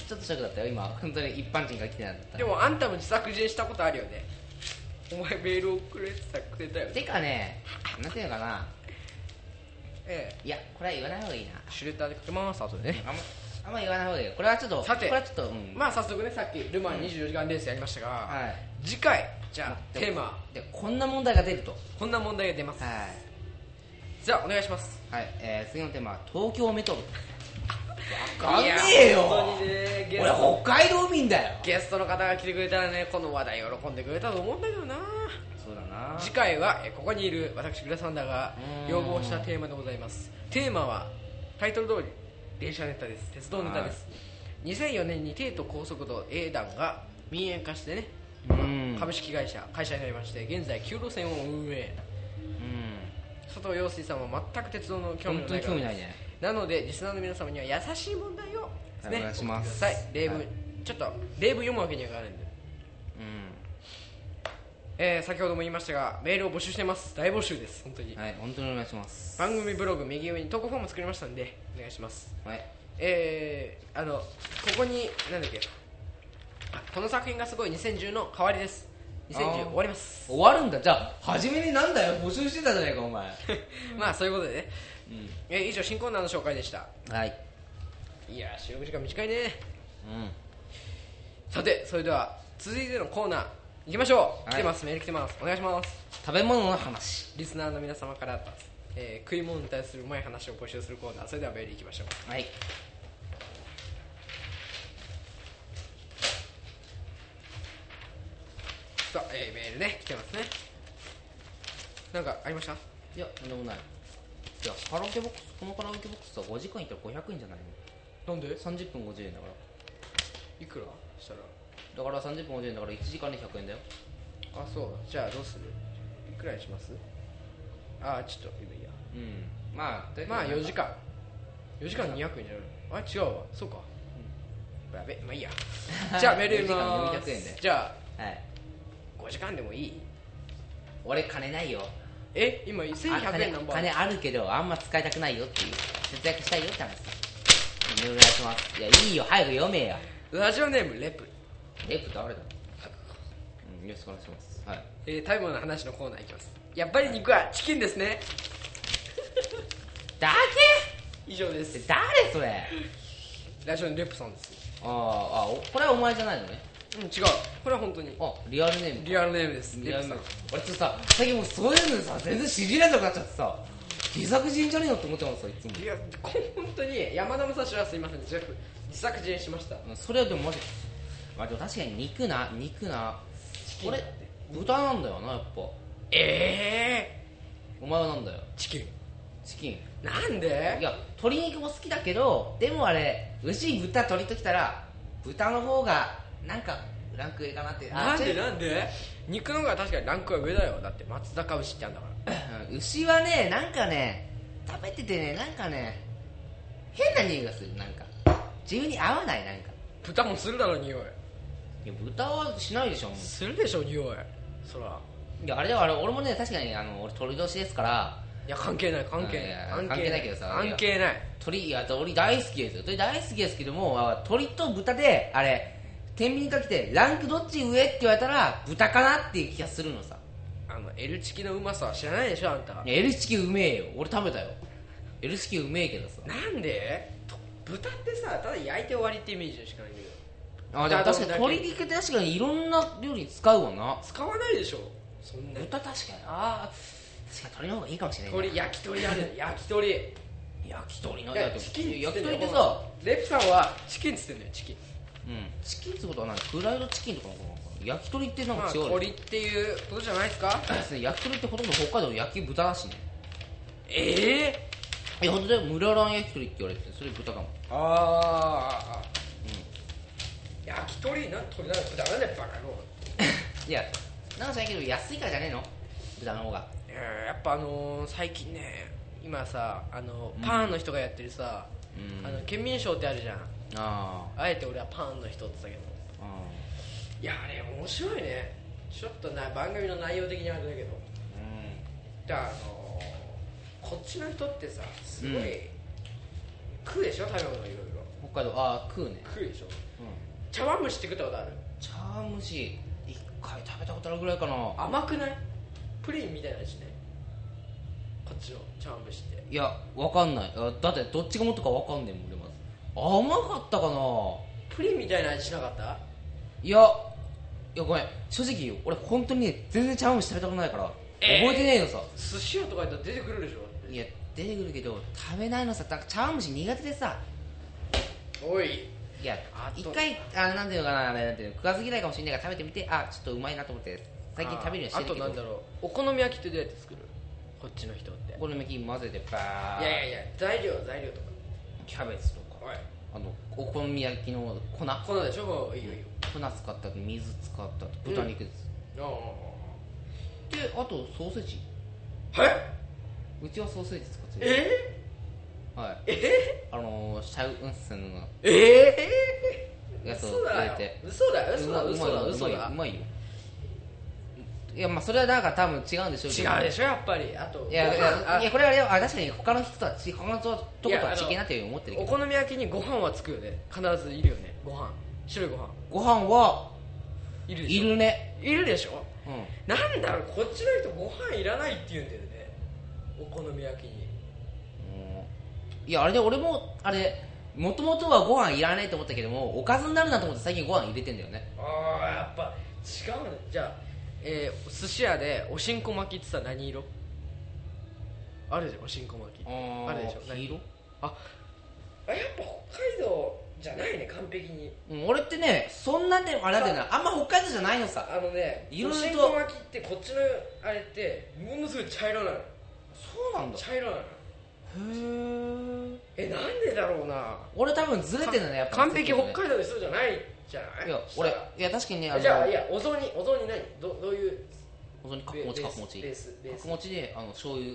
S2: ちょっとショックだったよ今本当に一般人が来てなかった
S1: でもあんたも自作自演したことあるよねお前メールをくれてたくれたよね
S2: てかねなんていうのかな
S1: ええ
S2: いやこれは言わない方がいいな
S1: シュレッダーでかけます後でね
S2: あんまあんま言わない方がいいよこれはちょっと
S1: さて
S2: これはちょっとうん
S1: まあ早速ねさっきルマン24時間レースやりましたが、
S2: はい
S1: 次回じゃあ
S2: でも
S1: テーマ
S2: でこんな問題が出ると
S1: こんな問題が出ます
S2: はい
S1: じゃあお願いします
S2: はい、えー次のテーマは東京メトロ
S1: わ
S2: かんねえよ
S1: 本当にねゲス
S2: 俺
S1: ト
S2: 北海道民だよ
S1: ゲストの方が来てくれたらねこの話題喜んでくれたと思うんだけどな
S2: そうだな
S1: 次回はえここにいる私グラサンダーが
S2: うーん
S1: 要望したテーマでございますテーマはタイトル通り電車ネタです鉄道ネタです2004年に帝都高速道 A 団が民営化してね
S2: うん
S1: 株式会社会社になりまして現在9路線を運営
S2: うん
S1: 佐藤陽水さんは全く鉄道の興味
S2: 本
S1: の
S2: 当
S1: な
S2: に
S1: い
S2: 興味ないいね
S1: なのでリスナーの皆様には優しい問題をね
S2: お願いします
S1: 送ってください例文、
S2: はい
S1: ちょっと例文読むわけにはいかないんでえー先ほども言いましたがメールを募集してます大募集です本当に、
S2: うんはい本当にお願いします
S1: 番組ブログ右上に投稿フォーム作りましたんでお願いします
S2: はい
S1: えーあのここになんだっけあこの作品がすごい2010の代わりです2010
S2: あー
S1: 終わり ます
S2: 終わるんだじゃあ初めになんだよ募集してたじゃないかお前
S1: まあそういうことでね、
S2: う
S1: えー以上新コーナーの紹介でした
S2: んはい
S1: いやー収録時間短いね
S2: うん
S1: さてそれでは続いてのコーナー行きましょう、
S2: はい
S1: 来てますメール来てますお願いします
S2: 食べ物の話
S1: リスナーの皆様から、えー食い物に対するうまい話を募集するコーナーそれではメールいきましょう
S2: はい
S1: さあ、えーメールね来てますねなんかありました
S2: いやとんでもないいやカラオケボックスこのカラオケボックスは5時間いったら500円じゃないの
S1: なんで
S2: 30分50円だから
S1: いくらしたら
S2: だから30分50円だから1時間で100円だよ
S1: あそうじゃあどうするいくらにしますあーちょっと今いいや
S2: うんまあとり
S1: まあ
S2: えず
S1: 4時間4時間200円じゃないあ違うわそうか、やべまあいいや じゃあメール読みま
S2: 4時間400円
S1: す
S2: で
S1: じゃ
S2: はい
S1: あ5時間でもいい
S2: 俺金ないよ
S1: え今1100円ナン
S2: あ
S1: バー
S2: 金金あるけどあんま使いたくないよっていう節約したいよって話お願いしますいやいいよ早く読めよ
S1: ラジオネームレプ
S2: レプ誰だうんよろしくお願いしますはい
S1: えー、タイムの話のコーナーいきますやっぱり肉はチキンですね
S2: だ
S1: 以上で
S2: け
S1: す
S2: 誰それ
S1: ラジオのレプさんです
S2: あーあおこれはお前じゃないのね
S1: うん違うこれは本当に
S2: あリアルネーム
S1: リアルネームです
S2: リ
S1: レ
S2: ア
S1: プ
S2: ル
S1: さん
S2: ネーム俺ちょっとさ最近もうそういうのさ全然信じられなくなっちゃってさ自作人じゃねえのって思ってますよいつも
S1: いやこ本当に山田武蔵はすいません全部自作自演しました
S2: うんそれはでもマジまあでも確かに肉な肉な
S1: チキン
S2: 俺
S1: だって
S2: 豚なんだよなやっぱ
S1: え
S2: お前はなんだよ
S1: ー、チキン
S2: チキン
S1: なんで
S2: いや鶏肉も好きだけどでもあれ牛豚鶏ときたら豚の方がなんかランク上かなってあ
S1: なん
S2: ち
S1: で
S2: ょい
S1: なんで肉の方が確かにランクは上だよだって松坂牛ってあんだから
S2: うん牛はねなんかね食べててねなんかね変な匂いがするなんか自分に合わないなんか
S1: 豚もするだろ匂い
S2: いや豚はしないでしょもう
S1: するでしょ匂いそら
S2: いやあれだよあれ俺もね確かにあの俺鳥年ですから
S1: いや関係ない関係
S2: いやい
S1: な
S2: や
S1: い
S2: 関係ないけどさ
S1: 関係ない
S2: 鳥いや鳥大好きですよ鳥大好きですけどもあ鳥と豚であれ天秤にかけてランクどっち上って言われたら豚かなっていう気がするのさ
S1: あの L チキのうまさは知らないでしょあんた
S2: いや L チキうめえよ俺食べたよ L チキうめえけどさ
S1: なんでと豚ってさただ焼いて終わりってイメージしかないんだけど
S2: あでも確かに
S1: だけ
S2: 鶏肉って確かにいろんな料理に使うわな
S1: 使わないでしょそんな
S2: 豚確かにああ確かに鶏の方がいいかもしれないな
S1: 鳥焼き鳥ある焼き鳥
S2: 焼き鳥の
S1: いやチキン
S2: 焼き鳥って
S1: んだよ
S2: さ、
S1: レプさんはチキンっつってんだよチキン
S2: うん、チキンってことは何フライドチキンとかのことなのかな焼き鳥ってなん
S1: ま
S2: か
S1: あ
S2: 違うよね
S1: 鳥っていうことじゃないですか
S2: ですね焼き鳥ってほとんど北海道の焼き豚らしいね
S1: ええ
S2: いや本当だよ村蘭焼き鳥って言われててそれ豚かも
S1: ああ、焼き鳥なん鳥なんか豚なんだよバカ野郎
S2: いやなんか知らんけど安いからじゃねえの豚の方が
S1: いややっぱあのー最近ね今さあのパンの人がやってるさ、
S2: うん
S1: あ
S2: あ
S1: の県民賞ってあるじゃん
S2: あ
S1: あえて俺はパンの人って言ったけど
S2: う
S1: いやあれ面白いねちょっとな番組の内容的にあれだけど
S2: ん
S1: だからあのーこっちの人ってさすごい、
S2: う
S1: 食うでしょ食べ物いろいろ
S2: 北海道ああ食うね、
S1: 食うでしょ
S2: うん、
S1: 茶碗蒸しって食ったことある
S2: 茶蒸し一回食べたことあるぐらいかな
S1: 甘くないプリンみたいな味ねこっちの茶碗蒸しって
S2: いやわかんないあだってどっちがもっとかわかんねえもん俺まず甘かったかな
S1: プリンみたいな味しなかった
S2: いやいやごめん正直言う俺本当にね全然茶碗蒸し食べたことないから覚
S1: えー
S2: えてねえのさ、
S1: 寿司屋とか行ったら出てくるでしょ
S2: いや出てくるけど食べないのさだから茶碗蒸し苦手でさ
S1: おい
S2: いや
S1: あと
S2: 一回あなんていうのかなあれなんていうの食わず嫌いかもしれないから食べてみてあちょっとうまいなと思って最近食べるようにしてるけど
S1: あとなんだろうお好み焼きってどうやって作るこっちの人って
S2: お好み焼き混ぜてバー
S1: いやいやいや材料材料とか
S2: キャベツとか
S1: おい
S2: あのお好み焼きの粉粉
S1: 粉でしょもういいよいいよ
S2: 使ったり水使ったり豚肉です、
S1: あ
S2: であとソーセージ
S1: あえ
S2: うちはソーセージ使ってる
S1: え
S2: はい
S1: え
S2: あのーシャウウンスンの
S1: ええ
S2: やつを
S1: 嘘だ
S2: 入れ
S1: よ
S2: て
S1: 嘘だよ嘘だ
S2: うまい
S1: 嘘だ
S2: うまいう
S1: 嘘だ
S2: まいうまいよいやまあそれはだから多分違うんでしょうけど
S1: 違うでしょやっぱりあと
S2: いや
S1: ご
S2: い
S1: 飯
S2: や
S1: あ
S2: いやこれはあれよあ確かに他の人とはち他のとこと
S1: いや
S2: は
S1: あの
S2: 違いなって思ってるけ
S1: お
S2: ど
S1: 好み焼きにご飯はつくよね必ずいるよねご飯白いご飯
S2: ご飯はい
S1: るでし
S2: い
S1: ょ
S2: るね
S1: いるでしょ
S2: うん
S1: なんだろうこっちの人ご飯いらないって言うんだよねお好み焼きに
S2: いやあれで俺もあれもともとはご飯いらねえと思ったけどもおかずになるなと思って最近ご飯入れてんだよね
S1: ああやっぱ違うねじゃあ、えー、寿司屋でおしんこ巻きってさ何色あるじゃんおしんこ巻きあるでしょ
S2: 黄色
S1: ああやっぱ北海道じゃないね完璧に
S2: うん俺ってねそんなでもあれだよなあんま北海道じゃないのさ
S1: あのね
S2: いろ
S1: お
S2: いろと
S1: しんこ巻きってこっちのあれってものすごい茶色なの
S2: そうなんだへ
S1: 茶色なの
S2: え
S1: えなんでだろうな
S2: 俺多分ずれてんだねやっぱ
S1: 完璧北
S2: 道
S1: 海道の人じゃないじゃない
S2: いや
S1: そ
S2: 俺
S1: し
S2: い
S1: たら
S2: や確かにねあの
S1: じゃあいやお雑煮お雑煮何どどういう
S2: 本当に角持ち
S1: ベー
S2: 角
S1: ス
S2: 持ち
S1: ベースベース
S2: 角持ちであの醤油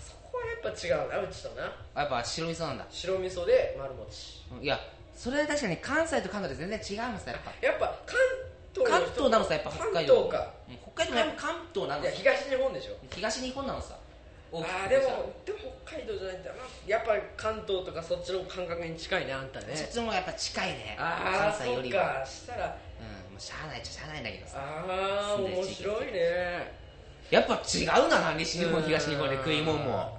S1: そこはやっぱ違うなうちとな
S2: あやっぱ白味噌なんだ
S1: 白味噌で丸餅
S2: うんいやそれは確かに関西と関東で全然違いますねやっぱ
S1: やっぱ関東の人
S2: 関東なのさやっぱ北海
S1: 関
S2: 道
S1: 東か
S2: うん北海道もやっぱ関東なの
S1: い
S2: さ
S1: や東日本でしょ
S2: 東日本なのさ
S1: あ
S2: 大きく
S1: あー
S2: て
S1: でも
S2: さ
S1: でも北海道じゃないんだなやっぱ関東とかそっちの感覚に近いねあんたね
S2: そっちの方がやっぱ近いね
S1: ああ
S2: 関
S1: そっ
S2: 西よりは
S1: かしたら
S2: うんもうしゃあないっちゃしゃあないんだけどさ
S1: ああ
S2: 住んで
S1: 面
S2: る地域
S1: 白いね
S2: やっぱ違うなな西日本東日本で食い物も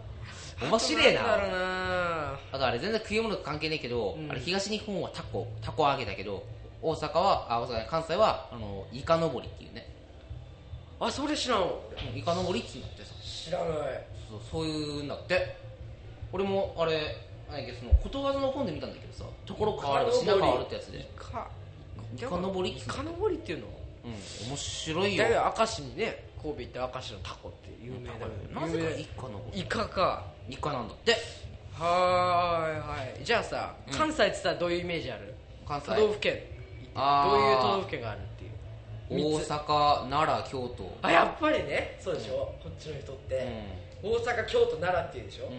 S2: 面白え
S1: あとんだろ
S2: な
S1: うな
S2: あとあれ全然食い物と関係ねえけど、
S1: うん
S2: あれ東日本はタコタコ揚げだけど大阪はあ大阪じゃない関西はあのイカのぼりっていうね
S1: あそれ知らんわ
S2: うんイカのぼりっていうのってさ
S1: 知らない
S2: そうそういうんだって俺もあれなんだっけそのことわざの本で見たんだけどさところ変わる品変わるってやつで
S1: イカ
S2: イカのぼり
S1: イカのぼりっていうの
S2: ううん、面白いよ
S1: だけど明石にね神戸行ったら明石のタコって有名だよね
S2: なぜか
S1: 有
S2: 一家のこ
S1: 名イカか
S2: とイカなんだって
S1: はーいはいじゃあさ
S2: うん
S1: 関西って言ったらどういうイメージある、
S2: 関西
S1: 都道府県
S2: あー
S1: どういう都道府県があるっていう
S2: 大
S1: 三つ
S2: 阪奈良京都
S1: あやっぱりねそうでしょ、こっちの人っ
S2: うん
S1: て、大阪京都奈良っていうでしょ、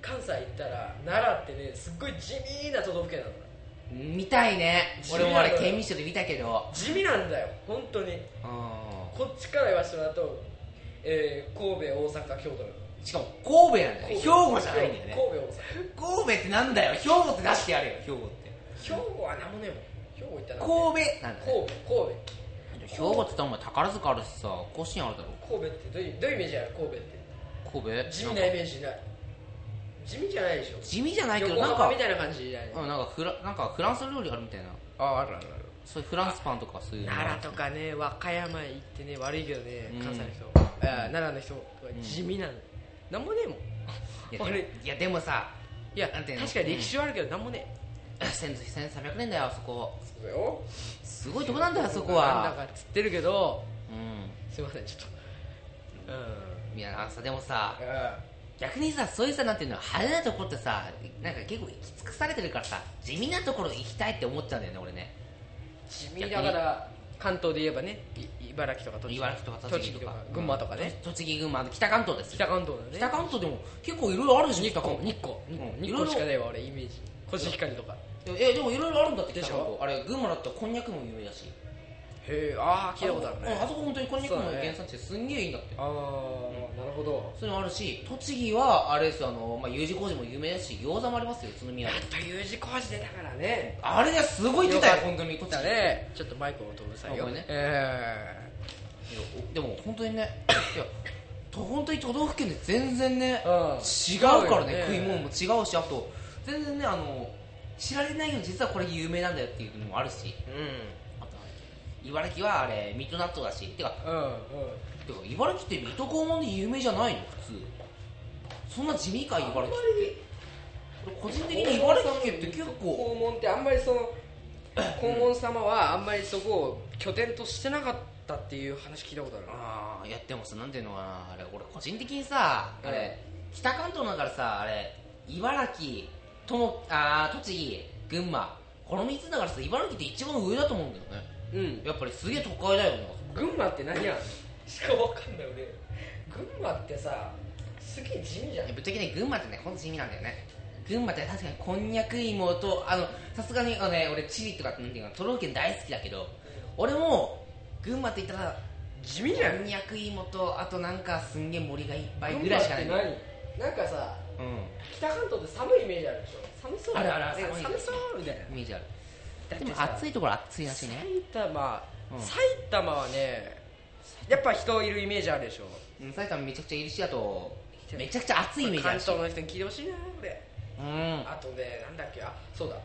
S1: 関西行ったら奈良ってねすっごい地味な都道府県なの
S2: うん見たいね
S1: 地味
S2: 俺
S1: なの
S2: もあれ県民賞で見たけど
S1: 地味なんだよ本当に
S2: う
S1: こっちから言わせてもらうと、えー神戸大阪京都
S2: んしかも神戸なんだ
S1: 神戸
S2: よ兵庫じゃないんだよね
S1: 神戸大阪
S2: 神戸ってなんだよ兵庫って出してやれよ兵庫って
S1: 兵庫は何もねえもん兵庫行ったら
S2: 神戸なんだね
S1: 神戸
S2: 兵庫って言ったらお前宝塚あるしさ甲子園あるだろ
S1: 神戸神戸ってどういうどういうイメージある神戸って
S2: 神戸
S1: 地味なイ
S2: んか
S1: メージない地味じゃないでしょ
S2: 地味じゃないけど
S1: 横
S2: なん
S1: 浜
S2: か
S1: みたいな感じじゃない、
S2: うんなんかフラなんかフランス料理あるみたいな
S1: ああるあるある
S2: そういうフランスパンとかそういうの
S1: 奈良とかね和歌山行ってね悪いけどね
S2: うん
S1: 関西の人、あー奈良の人は地味なの、なんもねえもん
S2: いやでも
S1: 俺
S2: いやでもさ
S1: いや
S2: なんていうの
S1: 確かに歴史はあるけどなんもね
S2: 千1300年だよあそこ
S1: えそうだよ
S2: すごいとこなんだよあそこ
S1: なん
S2: は
S1: だかっつってるけど
S2: う
S1: すいませんちょっとうん
S2: んいやなんかさでもさ逆にさそういうさなんていうの派手なところってさなんか結構行き尽くされてるからさ地味なところ行きたいって思っちゃうんだよね俺ね
S1: 地味だから関東で言えばねい茨城とか栃木
S2: 茨城とか栃木とか
S1: 群馬とかね、
S2: 栃木群馬あの北関東ですよ
S1: 北関東
S2: 北
S1: だね
S2: 関東でも結構いろいろあるでしょ
S1: 日
S2: 北
S1: 光
S2: 関東
S1: 日光
S2: うん
S1: 日光しか
S2: い
S1: ねえわ俺イメージコシヒカリとか
S2: ろいろえでもいろいろあるんだって
S1: で
S2: 北
S1: しょ
S2: 関東あれ群馬だったらこんにゃくも有名だし
S1: へえああ聞いたことある
S2: あそこうん
S1: ね
S2: あそこ本当にこんにゃくの
S1: そうだね
S2: 原産地ですんげえいいんだって
S1: ああなるほど
S2: そういうのあるし栃木はあれですよあの、まあ、U 字工事も有名だし餃子もありますよ宇都宮
S1: やっ
S2: に
S1: と U 字工事出たからね
S2: あれがすごい出たよ
S1: よか
S2: 本当に栃木
S1: だねちょっとマイクを飛ぶ際
S2: あ
S1: よ
S2: ごめんね
S1: え
S2: いやおでも本当にねいやと本当に都道府県で全然ね、
S1: うん
S2: 違うからね
S1: 違うよね
S2: 食い物も違うしあと全然ねあの知られないように実はこれ有名なんだよっていうのもあるし
S1: えうん
S2: あと茨城はあれ水戸納豆だしてか
S1: うんうん
S2: てか茨城って水戸黄門で有名じゃないの普通そんな地味か茨城って俺個人的に茨城県って結構
S1: 肛門ってあんまりその肛門様はあんまりそこを拠点としてなかったっていう話聞いたことあるな
S2: ああいやでもさなんていうのかなあれ俺個人的にさあれ、北関東だからさあれ茨城ともあー栃木群馬この3つだからさ茨城って一番上だと思うんだよね
S1: うん
S2: やっぱりすげえ都会だよね
S1: 群馬って何やんしかわかんない俺群馬ってさすげえ地味じゃん
S2: ぶっちゃけね群馬ってねほんと地味なんだよね群馬って確かにこんにゃく芋とあのさすがにあの、ね、俺チリとかなんていうの都道府県大好きだけど俺も群馬って言ったら
S1: 地味じゃん
S2: こんにゃく芋とあとなんかすんげえ森がいっぱいぐ
S1: 群
S2: ら
S1: 馬っ
S2: いしかない
S1: て何なんかさ
S2: うん
S1: 北関東って寒いイメージあるでしょ寒そう
S2: あるある
S1: ね
S2: 寒い
S1: 寒そうみたいな
S2: イメージある
S1: だって
S2: でも
S1: さ
S2: 暑いところは暑いらしい
S1: 埼
S2: ね
S1: 玉、
S2: うん
S1: 埼玉はねやっぱ人いるイメージあるでしょ
S2: うん埼玉めちゃくちゃいるしあとめちゃくちゃ暑いイメージあ
S1: 関
S2: るし
S1: 東の人に聞いてほしいな俺
S2: うん
S1: あとねなんだっけあそうだ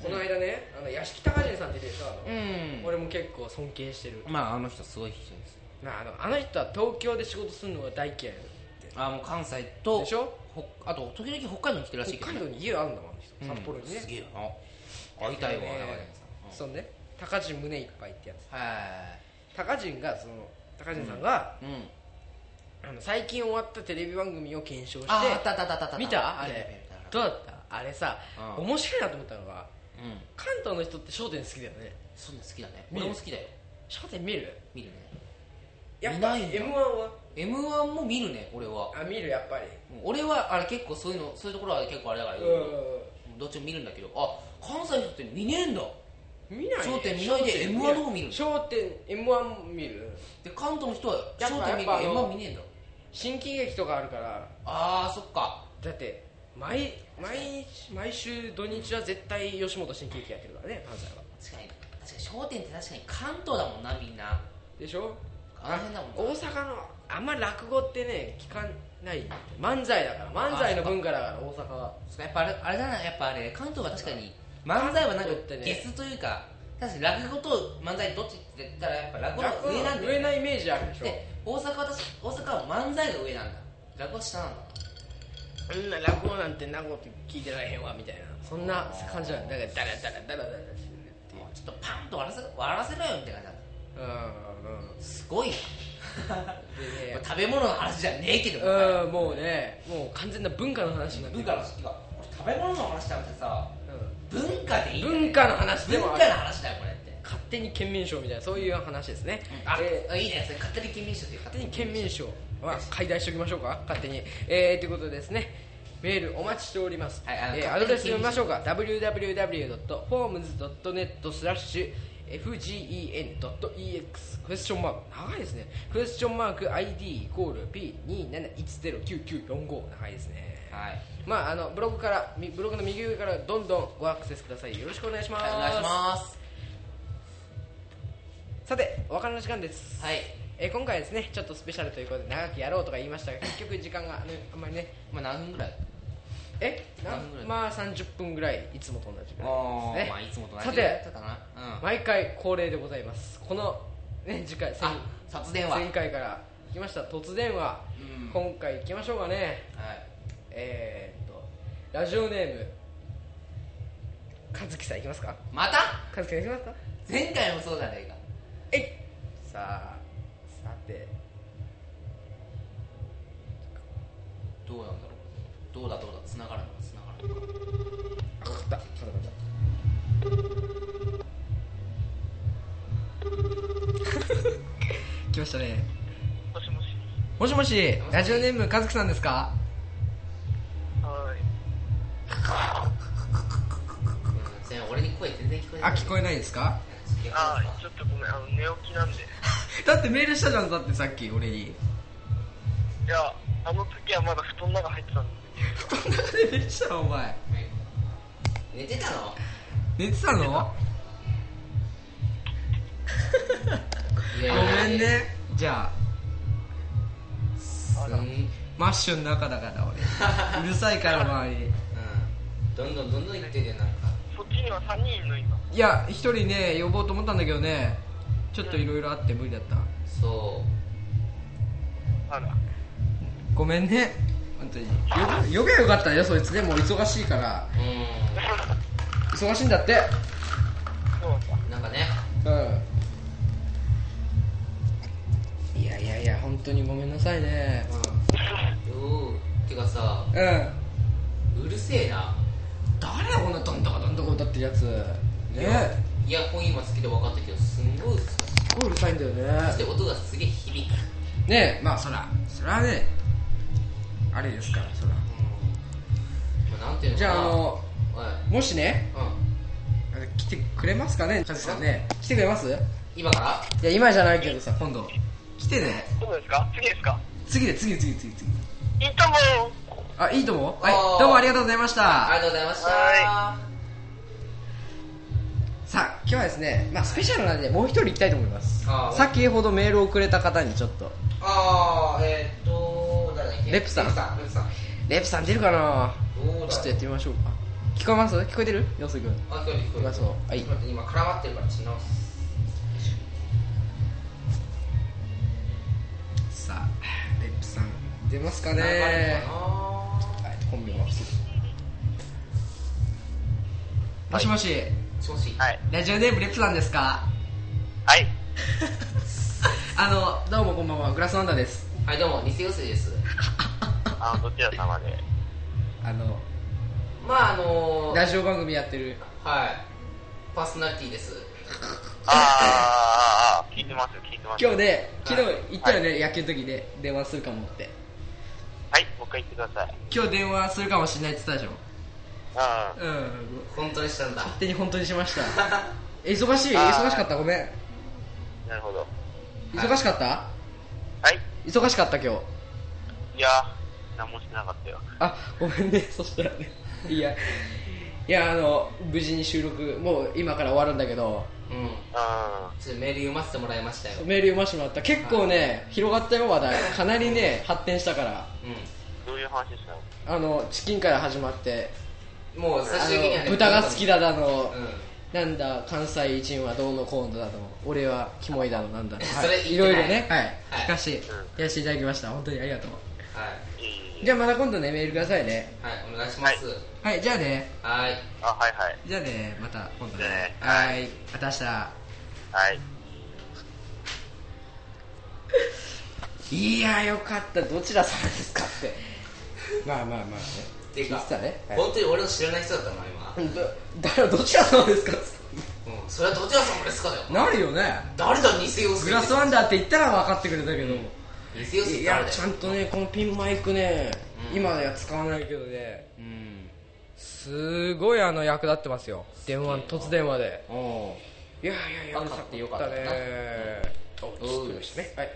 S1: この間ね、あの屋敷隆人さんっているでしょあの、
S2: う
S1: 俺も結構尊敬してる
S2: んまああの人すごい人です
S1: なあのあの人は東京で仕事するのが大嫌い
S2: あもう関西と
S1: でしょ
S2: ほあと時々北海道に来てるらしいけど
S1: 北海
S2: ね
S1: 道に家があるんだもんあ
S2: う
S1: の人
S2: ん
S1: 札幌にね、
S2: すげえな会いたいわ
S1: ね
S2: 中谷さん
S1: そうね高人胸いっぱいってやつ
S2: うんは
S1: 高人がその高人さんが、
S2: いうん
S1: あの最近終わったテレビ番組を検証して
S2: ああったあったあったあった
S1: 見たあ
S2: 見
S1: れ
S2: 見た
S1: どうだったあれさ、
S2: うん
S1: 面白いなと思ったのが
S2: うん
S1: 関東の人って『笑点』好きだよね
S2: そんな好きだね
S1: 見る
S2: 俺も好きだよ
S1: 『笑点』見る
S2: 見るね
S1: やっぱ
S2: 見ないんだ
S1: m 1は
S2: m 1も見るね俺は
S1: あ見るやっぱり
S2: うん俺はあれ結構そういうのそういうところは結構あれだから
S1: う
S2: どっちも見るんだけどあ関西の人って見ねえんだ
S1: ん見ないね
S2: 笑点見ない
S1: 笑
S2: で
S1: 点
S2: M1 の方見る
S1: 笑点 M1 見る
S2: で関東の人は『
S1: やっぱ
S2: 笑点』見る
S1: やっ
S2: け
S1: ぱ
S2: ど
S1: あの
S2: m 1見ねえんだ
S1: 新喜劇とかあるから
S2: あーそっか
S1: だって毎毎日毎週土日は絶対吉本新喜劇やってるからね関西は
S2: 確かに確かに『笑点』って確かに関東だもんなみんな
S1: でしょ
S2: あの辺だもんな
S1: 大阪のあんま落語ってね聞かない漫才だから漫才の文化だから大阪は
S2: そっかやっぱあれあれだなやっぱあれ関東は確かに漫才はな
S1: 関
S2: んか
S1: 東ってね
S2: ゲスというか確かに落語と漫才どっちって言ったらやっぱ落語の方が上なんだよ
S1: 上なイメージあるでしょ
S2: で大阪は確か大阪は漫才が上なんだ落語は下なんだ
S1: あんな落語なんて名古って聞いてられへんわみたいなそんな感じなんだだからダラダラダラダラしてるっていう
S2: もうちょっとパンと笑わせ笑わせろよみたいな感じなんだ
S1: うんうん
S2: すごいな
S1: でね
S2: 食べ物の話じゃねえけどもは
S1: うんもうねもう完全な文化の話になって
S3: 文
S1: る
S3: 化の話ってかこれ食べ物の話じゃなくてさ
S2: い文化でいい
S1: うん文化の話で
S2: 文
S1: も
S2: 化
S1: ある
S2: の話だよこれって
S1: 勝手に県民賞みたいなそういう話ですね、
S2: あ
S1: えー
S2: いいねそれ勝手に県民賞っていう
S1: 勝手に県民賞は解題しておきましょうか勝手に、えー、ということでですねメールお待ちしております、
S2: はいあの
S1: えーアド
S2: 勝手
S1: レ
S2: に
S1: ス読みましょうか www.forms.net スラッシュ fgen.ex クエスチョンマーク長いですねクエスチョンマーク ID イコール P27109945 長いですね
S2: はい
S1: まああのブログからみブログの右上からどんどんごアクセスくださいよろしくお願いします,、
S2: はいお願いします
S1: さてお別れの時間です
S2: はい
S1: えー今回はですねちょっとスペシャルということで長くやろうとか言いま したが結局時間が、ね、あんまりね
S2: まあ何分ぐらい
S1: えな
S2: 何分ぐらい
S1: まあ30分ぐらいいつもと同じぐらいです
S2: まあ
S1: ね
S2: いつもと同
S1: さ
S2: じ
S1: て
S2: ぐらいだったかなうん
S1: 毎回恒例でございますこの、ね、次回
S2: あ殺電話
S1: 前回から行きました突然は、
S2: うん
S1: 今回行きましょうかね
S2: はい
S1: えー、っとラジオネーム和樹さん行きますか
S2: また
S1: 和樹さん行きますか
S2: 前回もそうじゃねえか
S1: えいさあさて
S2: どうなんだろうどうだどうだ繋がるのか繋がるのか
S1: あかかったかかったかかった 来ましたね
S4: もしもし。
S1: もしもしラジオネームかずきさんですか
S4: はい。
S2: うん全然俺に声全然聞こえ
S1: あ
S2: ない
S1: 聞こえないですか
S2: いや
S4: あー、ちょっとごめん、あの寝起きなんで。い
S1: だってメールしたじゃんだってさっき俺に
S4: や、あの時はまだ布団の中入ってたんで。
S1: 布団の中でメールしたのお前
S2: 寝てたの
S1: 寝てたの
S2: い
S1: ご
S2: やいや
S1: めん
S2: いや
S1: ねじゃあ
S2: うんうん
S1: マッシュの中だから 俺うるさいから周り
S2: どんどんどんどん言ってるよなんか
S4: そっちには3人いるの、今。
S1: いや一人ね呼ぼうと思ったんだけどねちょっといろいろあって無理だった
S2: そう
S4: あら。
S1: ごめんね本当に呼べばよかったよそいつでも忙しいから
S2: う
S1: 忙しいんだって
S4: そうなんだ。
S2: んなんかね
S1: うんいやいやいや本当にごめんなさいね
S2: うんうんてかさ
S1: うん誰
S2: うるせえな
S1: こんなどんどこどんどこ歌ってるやつね
S2: イヤホン今つけて分かったけどすんごいそ
S1: すごいうるさいんだよ
S2: して
S1: ね
S2: 音がすげえ響く
S1: ねえまあそらそらねあれですからそら
S2: うんまあなんていうの
S1: じ
S2: か
S1: ゃ
S2: な
S1: ああの
S2: はい
S1: もしね
S2: うん
S1: あの来てくれますかねカズさんね来てくれますい
S2: 今から
S1: や今じゃないけどさ今度来てね
S4: 今度ですか次ですか
S1: 次で次次次次
S4: いいとも
S1: あいいとも
S2: あ
S1: は
S2: ー
S1: いどうもありがとうございました
S2: ありがとうございました
S4: は
S1: さあ今日はですね、まあ、スペシャルなんでもう一人行きたいと思います
S2: あー
S1: 先ほどメールをくれた方にちょっと
S2: ああえーっと誰だっけ
S1: レプさん
S2: レプさんレプさん
S1: レプさん出るかな
S2: どうだ
S1: ちょっとやってみましょうか聞こえます聞こえてるよすくん
S2: あ聞こえる聞こえ
S1: あ
S2: る
S1: そうはい
S2: ちょっと待って今絡まってるからちょっと直す
S1: さあレプさん出ますか
S2: 流れ
S1: ね
S2: るかな
S1: はい本名はもしもし、
S2: もしもし
S4: はい。
S1: ラジオネームレプさんですか
S4: はい。
S1: あのどうもこんばんはグラスワンダーです
S2: はいどうもニセヨスです
S4: あー、どちら様で。
S1: あの
S2: まああのー
S1: ラジオ番組やってる
S2: はいパーソナリティです
S4: あー、聞いてますよ、聞いてます
S1: 今日ね昨日行ったよね、野球の時で電話するかもって
S4: はい、もう一回言ってください。
S1: 今日電話するかもしれないって言ってたでし
S4: う
S1: ょうん
S2: 本当にしたん だ
S1: 勝手に本当にしましたえ忙しい忙しかったごめん
S4: ん。なるほど。
S1: 忙しかった
S4: はい。
S1: 忙しかった今日
S4: いやー、何もしてなかったよ。
S1: あごめんね そしたらねいやいやあの無事に収録もう今から終わるんだけど
S2: うん
S4: う。
S2: ちょっとメール読ませてもらいましたよ
S1: メール読ませてもらった結構ね広がったよ話題かなりね発展したから
S2: うん
S4: どういう話したの
S1: あのチキンから始まって
S2: んもう最
S1: あ
S2: 終的には
S1: の
S2: ね
S1: 豚が好きだだの、
S2: うん
S1: なんだ関西人はどうのこうのだの俺はキモいだのなんだの、
S2: それ
S1: はい、い
S2: 言っ
S1: ろ
S2: て
S1: い
S2: ない
S1: ろね、はい
S2: はい
S1: 聞かせてやらせていただきました本当にありがとう
S2: はい
S4: いいいい
S1: じゃあまた今度ねメールくださいね
S2: はいお願いします
S1: はいじゃあね
S2: はい
S4: あ、はいはい。
S1: じゃあねまた今度
S4: じゃあね
S1: はいまた明日
S4: はい。
S1: いやよかったどちら様ですかって まあまあまあね
S5: ていうか
S1: 聞いてたねはい
S5: 本当に俺の知らない人だったの今
S1: だだどちら様ですかっ
S5: う
S1: て
S5: んそれはどちら様ですかだよ
S1: なるよね
S5: 誰だ偽陽介
S1: グラスワンダーって言ったら分かってくれたけど、
S5: 偽陽介
S1: い
S5: って
S1: や
S5: 誰だ
S1: ち
S5: よ
S1: ゃんとねこのピンマイクね、
S5: うん
S1: 今では使わないけどね
S2: うん
S1: すごいあの役立ってますよ電話突電話で
S2: おう
S1: いやいやいや
S2: 分かってよかったな
S1: よねお
S2: うん
S1: 聞きましたねはい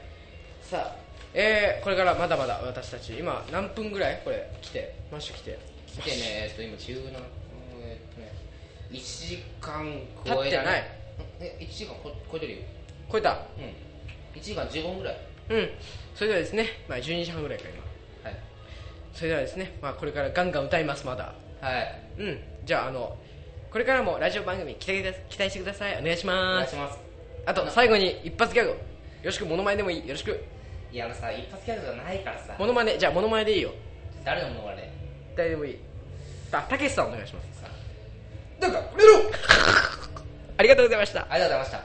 S2: さ
S1: えー、これからまだまだ私たち今何分ぐらいこれ来てマッシュ来て
S2: あ来てねえっと今17分えっとね1時間
S1: 経
S2: 超
S1: っ
S2: え
S1: て
S2: られ
S1: ない
S2: え1時間こ超えてるよ
S1: 超えた
S2: うん1時間15分ぐらい
S1: うんそれではですね、まあ、12時半ぐらいか今
S2: はい
S1: それではですね、まあ、これからガンガン歌いますまだ
S2: はい
S1: うんじゃああのこれからもラジオ番組期待期待してくださいお願いし
S2: お願
S1: ま
S2: い
S1: す
S2: します
S1: あと最後に一発ギャグよろしくモノマネでもいいよろしく
S2: いやあのさ一発ギャグがないからさ
S1: モノマネじゃあモノマネでいいよ
S2: 誰のものあれ
S1: 誰でもいいあたけしさんお願いします
S2: さ
S1: なんか売れろありがとうございました
S2: ありがとうございました